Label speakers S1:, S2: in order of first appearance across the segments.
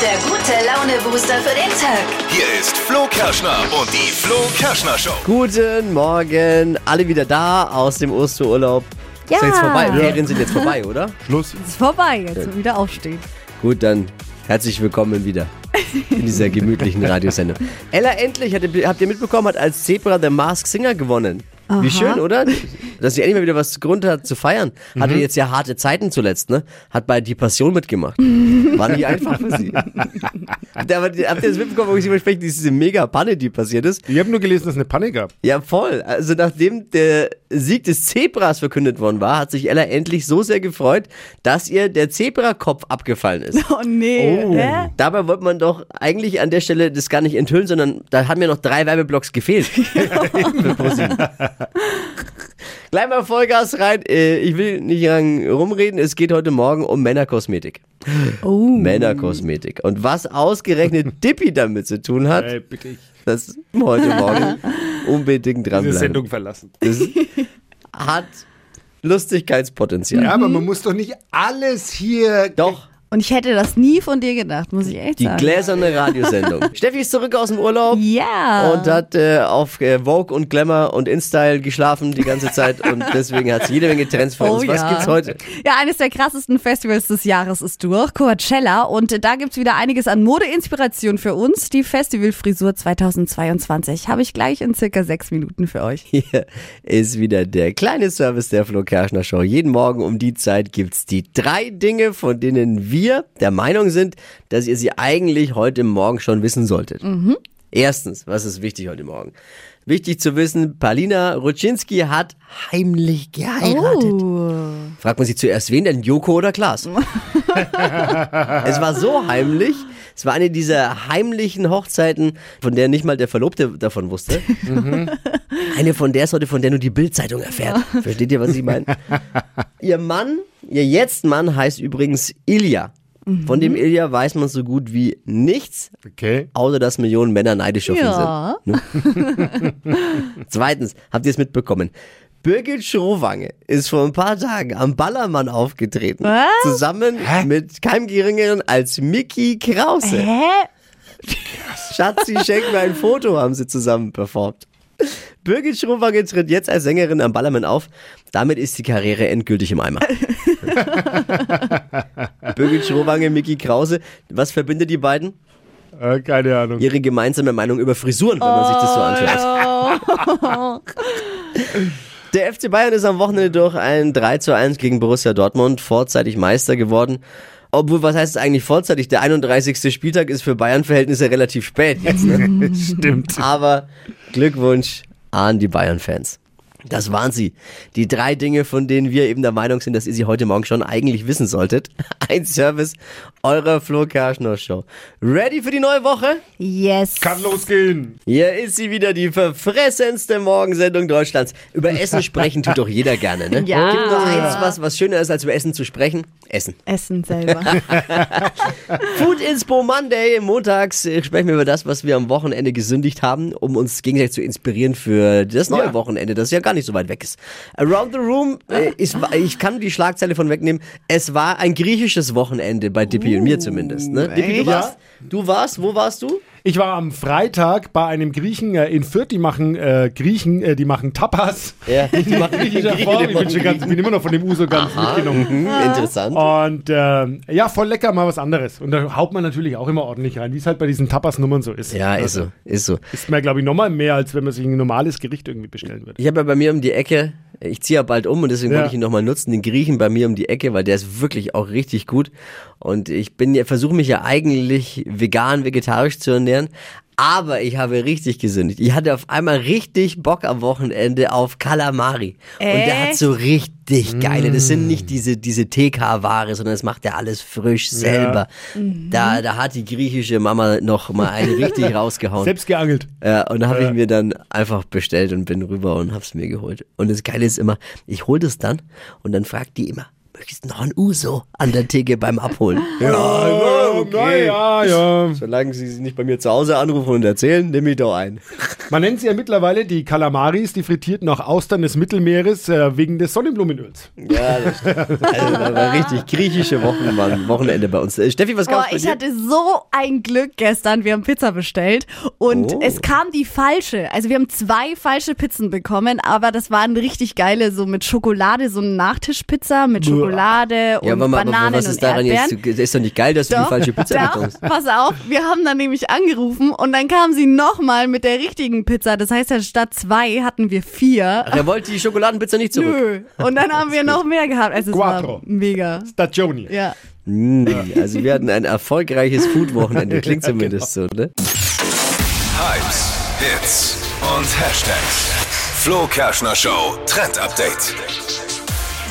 S1: der gute Laune-Booster für den Tag.
S2: Hier ist Flo Kerschner und die Flo Kerschner Show.
S3: Guten Morgen, alle wieder da aus dem Osterurlaub.
S4: Ja.
S3: Ist jetzt vorbei. Ferien sind jetzt vorbei, oder?
S5: Schluss.
S4: Ist vorbei jetzt und wieder aufstehen.
S3: Gut, dann herzlich willkommen wieder in dieser gemütlichen Radiosendung. Ella endlich, hat, ihr- habt ihr mitbekommen, hat als Zebra The Mask Singer gewonnen. Wie schön, oder? Dass sie endlich mal wieder was Grund hat zu feiern. Hatte
S4: Mhm.
S3: jetzt ja harte Zeiten zuletzt, ne? Hat bei Die Passion mitgemacht. War nicht einfach für sie. habt ihr aber- habt ihr das mitbekommen, wo ich sie spreche, diese mega Panne, die passiert ist?
S5: Ich habe nur gelesen, dass es eine Panne gab.
S3: Ja, voll. Also nachdem der Sieg des Zebras verkündet worden war, hat sich Ella endlich so sehr gefreut, dass ihr der Zebrakopf abgefallen ist.
S4: Oh nee. Hä?
S3: Dabei wollte man doch eigentlich an der Stelle das gar nicht enthüllen, sondern da haben mir noch drei Werbeblocks gefehlt. Für ProSieben. Gleich mal Vollgas rein. Äh, Ich will nicht lang rumreden. Es geht heute Morgen um Männerkosmetik.
S4: Oh.
S3: Männerkosmetik. Und was ausgerechnet Dippy damit zu tun hat,
S5: bitte ich.
S3: das heute Morgen unbedingt
S5: Diese
S3: dranbleiben.
S5: Sendung verlassen.
S3: Das hat Lustigkeitspotenzial.
S5: Ja, aber man muss doch nicht alles hier.
S3: Doch,
S4: Und ich hätte das nie von dir gedacht, muss ich echt
S3: die
S4: sagen.
S3: gläserne Radiosendung. Steffi ist zurück aus dem Urlaub.
S4: ja.
S3: Und hat äh, auf äh, Vogue und Glamour und InStyle geschlafen die ganze Zeit und deswegen hat sie jede Menge Trends für
S4: Oh
S3: uns. Also, Was
S4: ja.
S3: gibt's heute?
S4: Ja, eines der krassesten Festivals des Jahres ist durch, Coachella. Und äh, da gibt's wieder einiges an Modeinspiration für uns. Die Festivalfrisur 2022 habe ich gleich in circa sechs Minuten für euch.
S3: Hier ist wieder der kleine Service der Flo Kerschner Show. Jeden Morgen um die Zeit gibt's die drei Dinge, von denen wir der Meinung sind, dass ihr sie eigentlich heute Morgen schon wissen solltet.
S4: Mhm.
S3: Erstens, was ist wichtig heute Morgen? Wichtig zu wissen, Palina Ruczynski hat heimlich geheiratet.
S4: Oh.
S3: Fragt man sich zuerst, wen denn, Joko oder Klaas? es war so heimlich. Es war eine dieser heimlichen Hochzeiten, von der nicht mal der Verlobte davon wusste. Eine von der Sorte, von der nur die Bildzeitung erfährt. Versteht ihr, was ich meine? ihr Mann, ihr Jetzt-Mann heißt übrigens Ilja. Von dem Ilja weiß man so gut wie nichts,
S5: Okay.
S3: außer dass Millionen Männer neidisch auf ihn sind. ne?
S4: Ja.
S3: Zweitens, habt ihr es mitbekommen? Birgit Schrowange ist vor ein paar Tagen am Ballermann aufgetreten.
S4: Was?
S3: Zusammen mit keinem Geringeren als Mickey Krause.
S4: Hä?
S3: Schatzi, schenk mir ein Foto, haben sie zusammen performt. Birgit Schrowange tritt jetzt als Sängerin am Ballermann auf. Damit ist die Karriere endgültig im Eimer. Birgit Schrowange, Mickey Krause. Was verbindet die beiden?
S5: Äh, keine Ahnung.
S3: Ihre gemeinsame Meinung über Frisuren, wenn man sich das so anschaut. Der FC Bayern ist am Wochenende durch ein 3 zu 1 gegen Borussia Dortmund vorzeitig Meister geworden. Obwohl, was heißt es eigentlich vorzeitig? Der 31. Spieltag ist für Bayern-Verhältnisse relativ spät jetzt. Ne?
S5: Stimmt.
S3: Aber Glückwunsch an die Bayern-Fans. Das waren sie. Die drei Dinge, von denen wir eben der Meinung sind, dass ihr sie heute Morgen schon eigentlich wissen solltet. Ein Service eurer Flo Kerschner Show. Ready für die neue Woche?
S4: Yes.
S5: Kann losgehen.
S3: Hier ist sie wieder, die verfressenste Morgensendung Deutschlands. Über Essen sprechen tut doch jeder gerne, ne?
S4: Ja.
S3: Gibt nur eins, was, was schöner ist, als über Essen zu sprechen? Essen.
S4: Essen selber.
S3: Food Inspo Monday. Montags äh, sprechen wir über das, was wir am Wochenende gesündigt haben, um uns gegenseitig zu inspirieren für das neue
S5: Ja.
S3: Wochenende, das ja gar nicht so weit weg ist. Around the Room, äh, ist, wa- ich kann die Schlagzeile von wegnehmen. Es war ein griechisches Wochenende bei Dippy und mir zumindest. Ne? Dippy, du
S5: echt?
S3: warst, du warst, wo warst du?
S5: Ich war am Freitag bei einem Griechen äh, in Fürth, die machen äh, Griechen, äh, die machen Tapas.
S3: Ja, die machen
S5: In griechischer Form. Ich bin, schon ganz, bin immer noch von dem Uso ganz mitgenommen.
S3: Mhm, Interessant.
S5: Und ähm, ja, voll lecker, mal was anderes. Und da haut man natürlich auch immer ordentlich rein, wie es halt bei diesen Tapas-Nummern so ist. Also,
S3: Ja, ist so, ist so.
S5: Ist mir, glaube ich, nochmal mehr, als wenn man sich ein normales Gericht irgendwie bestellen würde.
S3: Ich habe ja bei mir um die Ecke, ich ziehe ja bald um und deswegen
S5: Ja.
S3: wollte ich ihn nochmal nutzen, den Griechen bei mir um die Ecke, weil der ist wirklich auch richtig gut. Und ich bin ja, versuche mich ja eigentlich vegan, vegetarisch zu ernähren. Aber ich habe richtig gesündigt. Ich hatte auf einmal richtig Bock am Wochenende auf Kalamari. Und der hat
S4: Echt?
S3: so richtig geile. Das sind
S5: Mm.
S3: nicht diese, diese TK-Ware, sondern das macht er alles frisch selber. Da, da hat die griechische Mama noch mal einen richtig rausgehauen.
S5: Selbst geangelt.
S3: Ja, und da habe ich mir dann einfach bestellt und bin rüber und hab's mir geholt. Und das Geile ist immer, ich hol das dann und dann fragt die immer, möchtest du noch ein Uso an der Theke beim Abholen? Oh,
S5: Ja,
S3: okay.
S5: na ja, ja.
S3: Solange sie sie nicht bei mir zu Hause anrufen und erzählen, nehme ich doch ein.
S5: Man nennt sie ja mittlerweile die Kalamaris, die frittierten auch Austern des Mittelmeeres äh, wegen des Sonnenblumenöls.
S3: Ja, das stimmt. Also, das war richtig griechische Wochen, waren Wochenende bei uns. Äh, Steffi, was
S4: Boah,
S3: gab's bei
S4: ich
S3: dir?
S4: hatte so ein Glück gestern. Wir haben Pizza bestellt und
S3: Oh.
S4: es kam die falsche. Also wir haben zwei falsche Pizzen bekommen, aber das waren richtig geile, so mit Schokolade, so eine Nachtischpizza mit Schokolade
S5: Buah.
S3: ja,
S4: und
S3: aber mal, aber
S4: Bananen
S3: was ist
S4: und
S3: daran
S4: Erdbeeren.
S3: jetzt? zu- Ist doch nicht geil, dass du die falsche Pizza
S4: doch,
S3: bekommst.
S4: pass auf, wir haben dann nämlich angerufen und dann kam sie nochmal mit der richtigen Pizza. Das heißt, ja, statt zwei hatten wir vier.
S3: Ach, Er wollte die Schokoladenpizza nicht zurück.
S4: Nö. Und dann haben wir noch mehr gehabt. Also es
S5: Quattro.
S4: war mega.
S5: Stagioni.
S4: Ja.
S3: Hm, also wir hatten ein erfolgreiches Food-Wochenende, klingt zumindest so, ne?
S2: Hypes, Hits und Hashtags. Flo Kerschner Show Trend Update.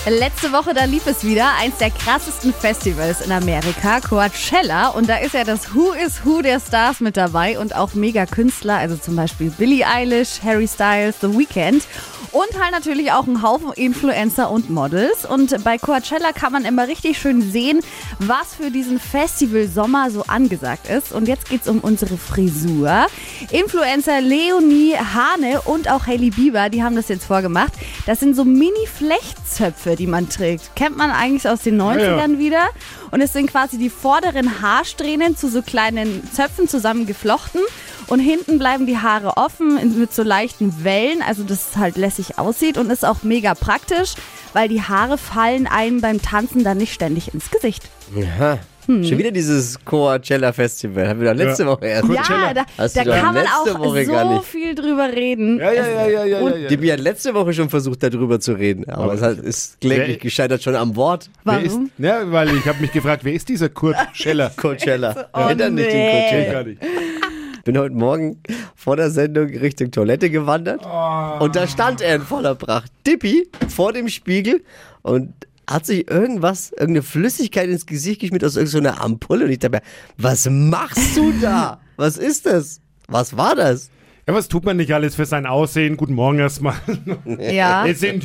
S4: Letzte Woche, da lief es wieder, eins der krassesten Festivals in Amerika, Coachella. Und da ist ja das Who is Who der Stars mit dabei und auch Mega-Künstler, also zum Beispiel Billie Eilish, Harry Styles, The Weeknd. Und halt natürlich auch ein Haufen Influencer und Models. Und bei Coachella kann man immer richtig schön sehen, was für diesen Festival-Sommer so angesagt ist. Und jetzt geht's um unsere Frisur. Influencer Leonie Hane und auch Hailey Bieber, die haben das jetzt vorgemacht. Das sind so Mini-Flechtzöpfe, die man trägt. Kennt man eigentlich aus den 90ern wieder. Und es sind quasi die vorderen Haarsträhnen zu so kleinen Zöpfen zusammengeflochten. Und hinten bleiben die Haare offen in- mit so leichten Wellen, also dass es halt lässig aussieht und ist auch mega praktisch, weil die Haare fallen einem beim Tanzen dann nicht ständig ins Gesicht.
S3: Aha.
S4: Hm.
S3: Schon wieder dieses Coachella-Festival, haben wir doch letzte
S5: Ja.
S3: Woche erst.
S5: Coachella.
S4: Ja, da,
S3: Hast
S4: da
S3: du doch
S4: kann man
S3: letzte
S4: auch
S3: Woche
S4: so
S3: gar nicht.
S4: viel drüber reden.
S5: Ja, ja, ja, ja, ja, ja, ja.
S3: Dibi hat letzte Woche schon versucht, darüber zu reden, aber,
S5: Aber
S3: es hat, ist
S5: Wer-
S3: kläglich gescheitert schon am Wort.
S5: Wer ist,
S4: Warum?
S5: ja, weil ich habe mich gefragt, wer ist dieser Kurt Scheller?
S3: Coachella.
S4: Oh,
S3: Ändern nicht den
S4: nee.
S5: Kenn ich
S3: Coachella.
S5: gar nicht.
S3: Ich bin heute Morgen vor der Sendung Richtung Toilette gewandert
S5: Oh.
S3: und da stand er in voller Pracht. Dippi vor dem Spiegel und hat sich irgendwas, irgendeine Flüssigkeit ins Gesicht geschmiert aus irgendeiner Ampulle und ich dachte mir, was machst du da? Was ist das? Was war das?
S5: Ja, was tut man nicht alles für sein Aussehen? Guten Morgen erstmal.
S4: Ja.
S5: Es sind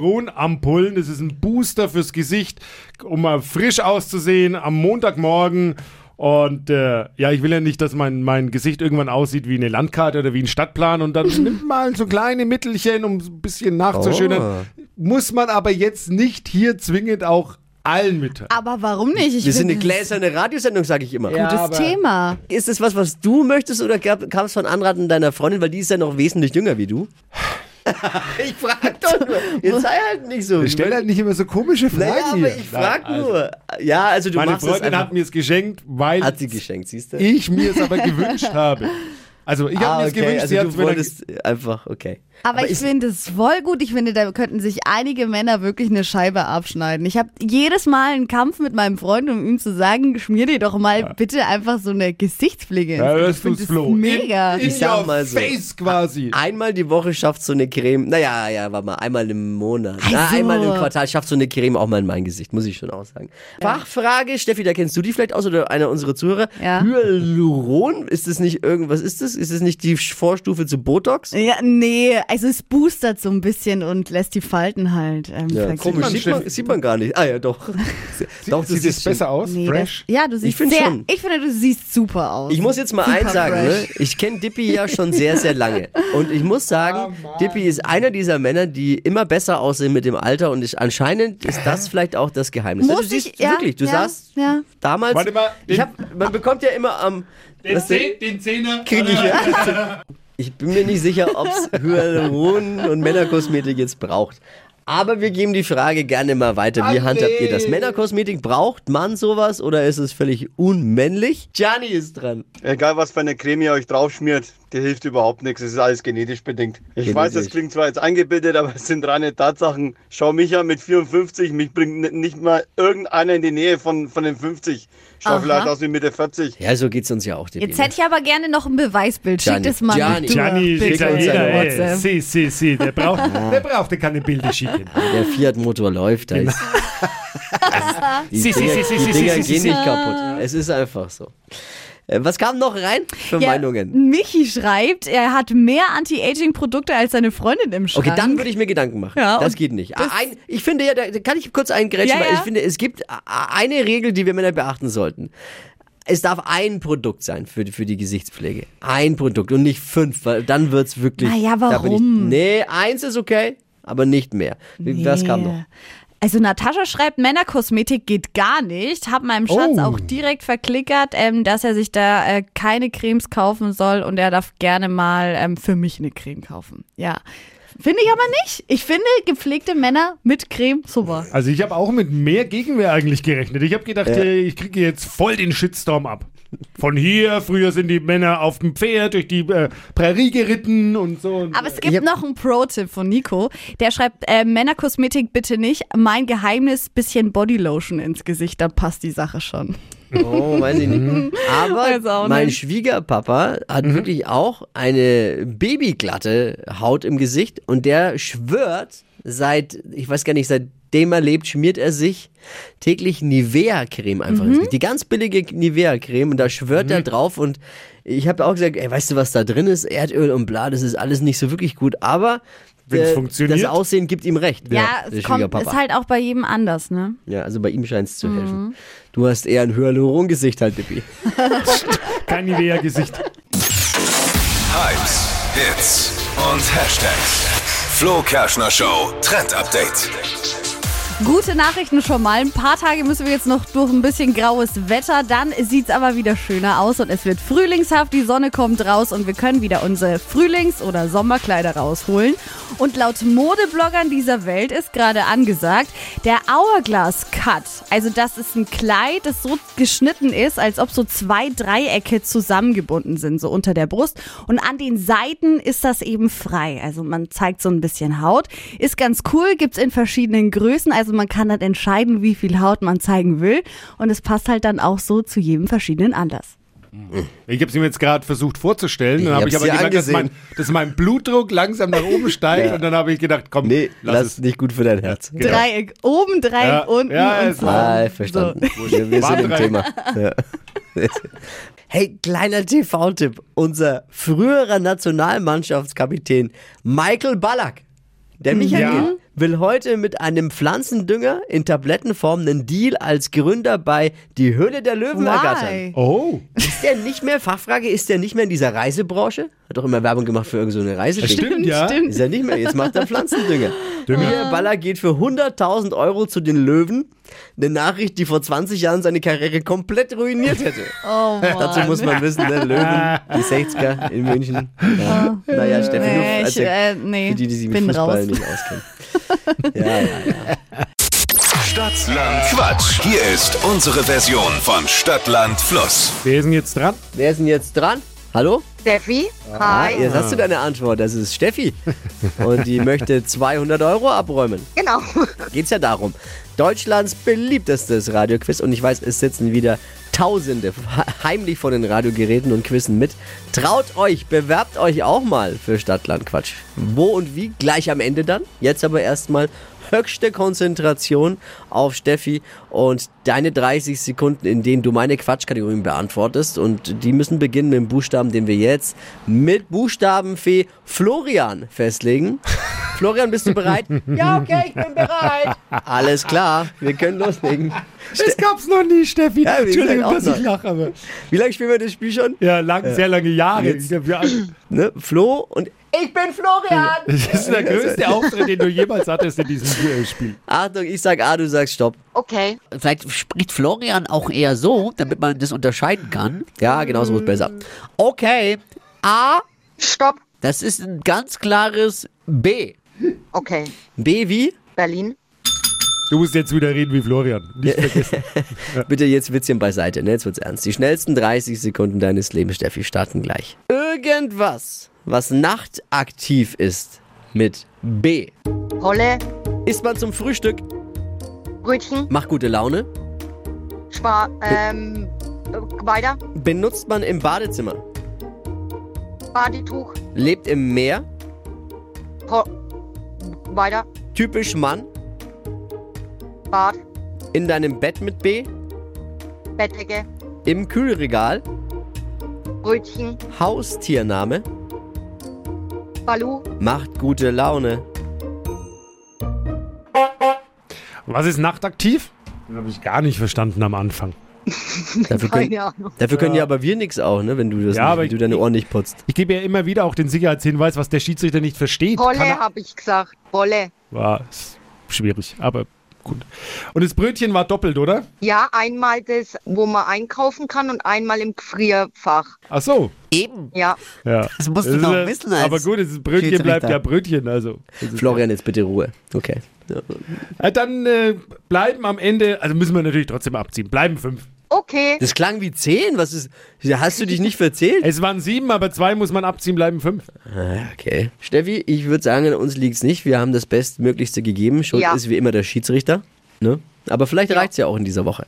S5: Hyaluronampullen, das ist ein Booster fürs Gesicht, um mal frisch auszusehen am Montagmorgen. Und äh, ja, ich will ja nicht, dass mein, mein Gesicht irgendwann aussieht wie eine Landkarte oder wie ein Stadtplan und dann nimmt mal so kleine Mittelchen, um es ein bisschen nachzuschönern.
S3: Oh.
S5: Muss man aber jetzt nicht hier zwingend auch allen mitteilen.
S4: Aber warum nicht? Ich
S3: Wir sind eine
S4: finde,
S3: gläserne Radiosendung, sage ich immer.
S5: Ja,
S4: das ist
S5: aber-
S4: ein gutes Thema.
S3: Ist es was, was du möchtest oder gab- kam es von Anraten deiner Freundin, weil die ist ja noch wesentlich jünger wie du? ich frag doch nur. Jetzt sei halt nicht so.
S5: Ich stelle halt nicht immer so komische Fragen
S3: naja,
S5: hier.
S3: aber ich frag
S5: Nein, also,
S3: nur. Ja, also du
S5: Meine
S3: machst es
S5: Freundin
S3: einfach.
S5: hat mir es geschenkt, weil
S3: Hat sie geschenkt, siehst du?
S5: ich mir es aber gewünscht habe. Also ich habe
S3: ah,
S5: mir es
S3: okay,
S5: gewünscht, sie
S3: also
S5: hat es
S3: du
S5: mir dann
S3: wolltest einfach, okay.
S4: Aber, ich finde es voll gut. Ich finde, da könnten sich einige Männer wirklich eine Scheibe abschneiden. Ich habe jedes Mal einen Kampf mit meinem Freund, um ihm zu sagen, schmier dir doch mal bitte einfach so eine Gesichtspflege.
S5: Ja,
S4: ins-
S5: hörst
S4: ich find
S5: du's, Flo?
S4: Mega.
S5: In, in
S3: Ich sag
S5: your
S3: mal so. Ah,
S5: Face quasi.
S3: Einmal die Woche schafft so eine Creme, naja, ja, warte mal, einmal im Monat, na,
S4: Also.
S3: einmal im Quartal schafft so eine Creme auch mal in mein Gesicht, muss ich schon auch sagen. Fachfrage, Steffi, da kennst du die vielleicht aus oder einer unserer Zuhörer.
S4: Ja.
S3: Hyaluron, ist das nicht irgendwas, ist das? Ist das nicht die Vorstufe zu Botox?
S4: ja, nee, also es boostert so ein bisschen und lässt die Falten halt ähm, vergrößern.
S3: komisch,
S5: man,
S3: sieht man,
S5: Steffi?
S3: sieht man gar nicht. Ah ja, doch. doch das
S5: Sieht
S3: ist
S5: es besser aus?
S4: Nee,
S5: Fresh?
S4: Das, ja, du siehst
S3: find
S4: sehr,
S3: schon.
S4: ich finde, du siehst super aus.
S3: Ich muss jetzt mal
S4: Super
S3: eins sagen, ne?
S4: fresh.
S3: ich kenne Dippy ja schon sehr, sehr lange. Und ich muss sagen,
S5: Oh
S3: Dippy ist einer dieser Männer, die immer besser aussehen mit dem Alter und ich, anscheinend ist das vielleicht auch das Geheimnis.
S4: Muss
S3: also du siehst
S4: ich- ja,
S3: wirklich, du
S4: ja,
S3: saßt
S4: ja.
S3: damals.
S5: Warte mal,
S3: ich
S5: den-
S3: hab, man bekommt ja immer am. weißt du,
S5: den Zehner.
S3: krieg ich, ja. ich bin mir nicht sicher, ob es Hyaluron und Männerkosmetik jetzt braucht. Aber wir geben die Frage gerne mal weiter. Wie
S5: Ah,
S3: handhabt ihr
S5: nee.
S3: das? Männerkosmetik, braucht man sowas oder ist es völlig unmännlich? Gianni ist dran.
S6: Egal, was für eine Creme ihr euch draufschmiert, die hilft überhaupt nichts. Es ist alles genetisch bedingt. Ich weiß, das
S3: Genetisch.
S6: klingt zwar jetzt eingebildet, aber es sind reine Tatsachen. Schau mich an mit 54, mich bringt n- nicht mal irgendeiner in die Nähe von, von den 50. Schau
S4: Aha.
S6: vielleicht aus wie Mitte 40.
S3: Ja, so geht's uns ja auch. Debbie,
S4: Jetzt
S3: ne?
S4: hätte ich aber gerne noch ein Beweisbild. Schick
S3: Gianni.
S4: das mal
S3: Gianni.
S4: durch,
S5: Gianni
S4: bitte.
S5: ist Italiener,
S4: per
S5: ey.
S4: WhatsApp.
S5: Si, si, si. Der braucht, der braucht keine Bilder schicken.
S3: Der Fiat-Motor läuft. Da ist, die
S5: Si, si,
S3: Dinger,
S5: si, si,
S3: die
S5: si,
S3: Dinger
S5: si, si,
S3: gehen
S5: si.
S3: nicht kaputt. Es ist einfach so. Äh, Was kam noch rein für
S4: Ja,
S3: Meinungen?
S4: Michi schreibt, er hat mehr Anti-Aging-Produkte als seine Freundin im Schrank.
S3: Okay, dann würde ich mir Gedanken machen.
S4: Ja,
S3: das
S4: und
S3: geht nicht. Ah, Ein, ich finde ja, da da kann ich kurz eingrätschen,
S4: Ja,
S3: weil
S4: ja.
S3: ich finde, es gibt a- a- eine Regel, die wir Männer beachten sollten. es darf ein Produkt sein für, die- für die Gesichtspflege. Ein Produkt und nicht fünf, weil dann wird's wirklich.
S4: Na ja,
S3: Da bin ich,
S4: warum?
S3: nee, eins ist okay, aber nicht mehr. Wie- Was kam noch?
S4: Also Natascha schreibt, Männerkosmetik geht gar nicht. Hab meinem Schatz
S5: Oh.
S4: auch direkt verklickert, ähm, dass er sich da äh, keine Cremes kaufen soll und er darf gerne mal ähm, für mich eine Creme kaufen. Ja. Finde ich aber nicht. Ich finde gepflegte Männer mit Creme super.
S5: Also ich habe auch mit mehr Gegenwehr eigentlich gerechnet. Ich habe gedacht, äh, ich kriege jetzt voll den Shitstorm ab. Von hier, früher sind die Männer auf dem Pferd durch die äh, Prärie geritten und so. Und,
S4: Aber es gibt noch einen Pro-Tipp von Nico. Der schreibt, äh, Männerkosmetik bitte nicht. Mein Geheimnis, bisschen Bodylotion ins Gesicht, da passt die Sache schon.
S3: Oh, weiß ich nicht.
S4: Mhm. Weiß
S3: Aber
S4: auch
S3: mein
S4: nicht. Mhm.
S3: Schwiegerpapa hat wirklich auch eine babyglatte Haut im Gesicht und der schwört seit, ich weiß gar nicht, seitdem er lebt, schmiert er sich täglich Nivea-Creme einfach
S4: Mhm.
S3: ins Gesicht. Die ganz billige Nivea-Creme und da schwört er drauf und ich habe auch gesagt, ey, weißt du, was da drin ist? Erdöl und bla, das ist alles nicht so wirklich gut, aber
S5: Wenn's
S3: äh,
S5: funktioniert.
S3: das Aussehen gibt ihm recht.
S4: Ja,
S3: der
S4: es kommt,
S3: Schwiegerpapa.
S4: ist halt auch bei jedem anders, ne?
S3: ja, also bei ihm scheint es zu helfen.
S4: Mhm.
S3: Du hast eher ein Hyaluron-Gesicht halt, Dippi.
S5: Kein Nivea-Gesicht.
S2: Hypes, Hits und Hashtags. Flo Kerschner Show Trend Update.
S4: Gute Nachrichten schon mal. Ein paar Tage müssen wir jetzt noch durch ein bisschen graues Wetter. Dann sieht's aber wieder schöner aus und es wird frühlingshaft. Die Sonne kommt raus und wir können wieder unsere Frühlings- oder Sommerkleider rausholen. Und laut Modebloggern dieser Welt ist gerade angesagt, der Hourglass Cut. Also das ist ein Kleid, das so geschnitten ist, als ob so zwei Dreiecke zusammengebunden sind, so unter der Brust. Und an den Seiten ist das eben frei. Also man zeigt so ein bisschen Haut. Ist ganz cool, gibt's in verschiedenen Größen. Also man kann dann entscheiden, wie viel Haut man zeigen will. Und es passt halt dann auch so zu jedem verschiedenen Anlass.
S5: Ich habe es mir jetzt gerade versucht vorzustellen.
S3: Ich
S5: Dann habe ich
S3: hab's
S5: aber
S3: dir
S5: gemerkt, dass mein,
S3: angesehen.
S5: dass mein Blutdruck langsam nach oben steigt. Und dann habe ich gedacht, komm,
S3: Nee,
S5: lass,
S3: lass,
S5: es. genau.
S3: nicht gut für dein Herz.
S4: Dreieck oben, Dreieck
S5: Ja,
S4: unten
S5: ja,
S4: und
S5: es-
S4: so.
S3: Ah, verstanden. Wir, wir
S5: War
S3: sind im
S5: drei.
S3: Thema. Ja. Hey, kleiner TV-Tipp. Unser früherer Nationalmannschaftskapitän Michael Ballack, der Michael,
S5: Ja.
S3: will heute mit einem Pflanzendünger in Tablettenform einen Deal als Gründer bei Die Höhle der Löwen ergattern.
S4: Why?
S5: Oh,
S3: Ist der nicht mehr, Fachfrage, ist der nicht mehr in dieser Reisebranche? Hat doch immer Werbung gemacht für irgendeine so eine Reise.
S5: stimmt, ja.
S4: Stimmt.
S3: Ist er nicht mehr, jetzt macht er Pflanzendünger. Hier Baller geht für 100.000 Euro zu den Löwen. Eine Nachricht, die vor 20 Jahren seine Karriere komplett ruiniert hätte.
S4: Oh
S3: Dazu
S4: Mann.
S3: muss man wissen, der Löwen, die 60er in München. Ja. Naja, Steffi, du,
S4: Ah. Nee, ich,
S3: also,
S4: äh, nee,
S3: für die, die sich mit
S4: bin
S3: Fußball
S4: raus.
S3: nicht auskennen. Ja, ja, ja.
S2: Stadtland Quatsch. Hier ist unsere Version von Stadtland Fluss.
S5: wer ist denn jetzt dran?
S3: Wer ist denn jetzt dran? Hallo?
S7: Steffi,
S3: Ah,
S7: hi.
S3: jetzt hast du deine Antwort. Das ist Steffi. Und die möchte 200 Euro abräumen.
S7: Genau.
S3: geht's ja darum. Deutschlands beliebtestes Radioquiz und ich weiß, es sitzen wieder Tausende heimlich vor den Radiogeräten und Quizzen mit. Traut euch, bewerbt euch auch mal für Stadtlandquatsch. Wo und wie, gleich am Ende dann. Jetzt aber erstmal höchste Konzentration auf Steffi und deine 30 Sekunden, in denen du meine Quatschkategorien beantwortest. Und die müssen beginnen mit dem Buchstaben, den wir jetzt mit Buchstabenfee Florian festlegen. Florian, bist du bereit? ja, okay, ich bin bereit. Alles klar, wir können loslegen.
S5: Es gab's noch nie, Steffi.
S3: Ja, wie
S5: Entschuldigung,
S3: gesagt,
S5: dass
S3: auch
S5: ich
S3: noch.
S5: lache, aber.
S3: Wie lange spielen wir das Spiel schon?
S5: Ja, lang, sehr lange Jahre.
S3: Jetzt-
S5: Ja, wir alle-
S3: Ne? Flo und ich bin Florian.
S5: Das ist der größte Auftritt, den du jemals hattest in diesem äh, Spiel.
S3: Achtung, ich sag A, du sagst Stopp.
S7: Okay.
S8: Vielleicht spricht Florian auch eher so, damit man das unterscheiden kann.
S3: Ja, genau so ist besser.
S8: Okay, A,
S7: Stopp.
S8: das ist ein ganz klares B.
S7: Okay.
S3: B wie?
S7: Berlin.
S5: Du musst jetzt wieder reden wie Florian. Nicht vergessen.
S3: Bitte jetzt Witzchen beiseite, ne? Jetzt wird's ernst. Die schnellsten 30 Sekunden deines Lebens, Steffi, starten gleich. Irgendwas, was nachtaktiv ist mit B.
S7: Rolle.
S3: Isst man zum Frühstück,
S7: Brötchen.
S3: macht gute Laune.
S7: Spar. Ähm. äh, Weiter.
S3: Benutzt man im Badezimmer,
S7: Badetuch.
S3: lebt im Meer.
S7: Ro weiter.
S3: Typisch Mann,
S7: Bad.
S3: in deinem Bett mit B,
S7: Bettdecke.
S3: im Kühlregal,
S7: Brötchen.
S3: Haustiername,
S7: Balu.
S3: macht gute Laune.
S5: Was ist nachtaktiv? Den habe ich gar nicht verstanden am Anfang.
S3: Dafür können,
S7: Keine Ahnung.
S3: dafür können ja aber wir nichts auch, ne? Wenn du das,
S5: Ja,
S3: nicht,
S5: aber
S3: wenn
S5: ich-
S3: du deine Ohren nicht putzt.
S5: Ich gebe ja immer wieder auch den Sicherheitshinweis, was der Schiedsrichter nicht versteht. Kann
S7: Wolle
S5: er-
S7: habe ich gesagt. Wolle.
S5: War s- schwierig, aber gut. Und das Brötchen war doppelt, oder?
S7: Ja, einmal das, wo man einkaufen kann und einmal im Gefrierfach.
S5: Ach so.
S8: Eben.
S7: Ja.
S5: Ja.
S8: Das musst du
S5: ist
S8: doch
S5: ja-
S8: wissen als
S5: Äh, Aber gut, das Brötchen
S8: Schiedsrichter.
S5: bleibt ja Brötchen. Also. Das ist-
S3: Florian, jetzt bitte Ruhe. Okay. Ja.
S5: Äh, Dann äh, bleiben am Ende, also müssen wir natürlich trotzdem abziehen. Bleiben fünf.
S7: Okay.
S3: Das klang wie 10. Was ist. Hast du dich nicht verzählt?
S5: Es waren sieben, aber zwei muss man abziehen, bleiben fünf.
S3: Ah, Okay. Steffi, ich würde sagen, an uns liegt's nicht. Wir haben das Bestmöglichste gegeben. Schuld
S7: Ja.
S3: ist wie immer der Schiedsrichter. Ne? Aber vielleicht reicht's ja auch in dieser Woche.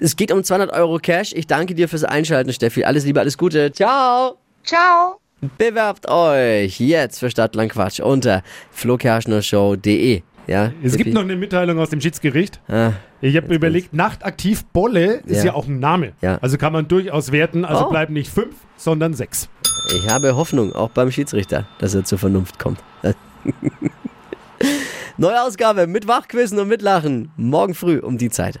S3: Es geht um 200 Euro Cash. Ich danke dir fürs Einschalten, Steffi. Alles Liebe, alles Gute. Ciao.
S7: Ciao.
S3: Bewerbt euch jetzt für Stadtland Quatsch unter flokerschnershow.de. Ja,
S5: Es
S3: Steffi?
S5: gibt noch eine Mitteilung aus dem Schiedsgericht.
S3: Ah,
S5: Ich habe überlegt, nachtaktiv Bolle ist
S3: Ja.
S5: ja, auch ein Name.
S3: Ja.
S5: Also kann man durchaus werten. Also
S3: Oh.
S5: bleiben nicht fünf, sondern sechs.
S3: ich habe Hoffnung, auch beim Schiedsrichter, dass er zur Vernunft kommt. Neue Ausgabe mit Wachquissen und Mitlachen. Morgen früh um die Zeit.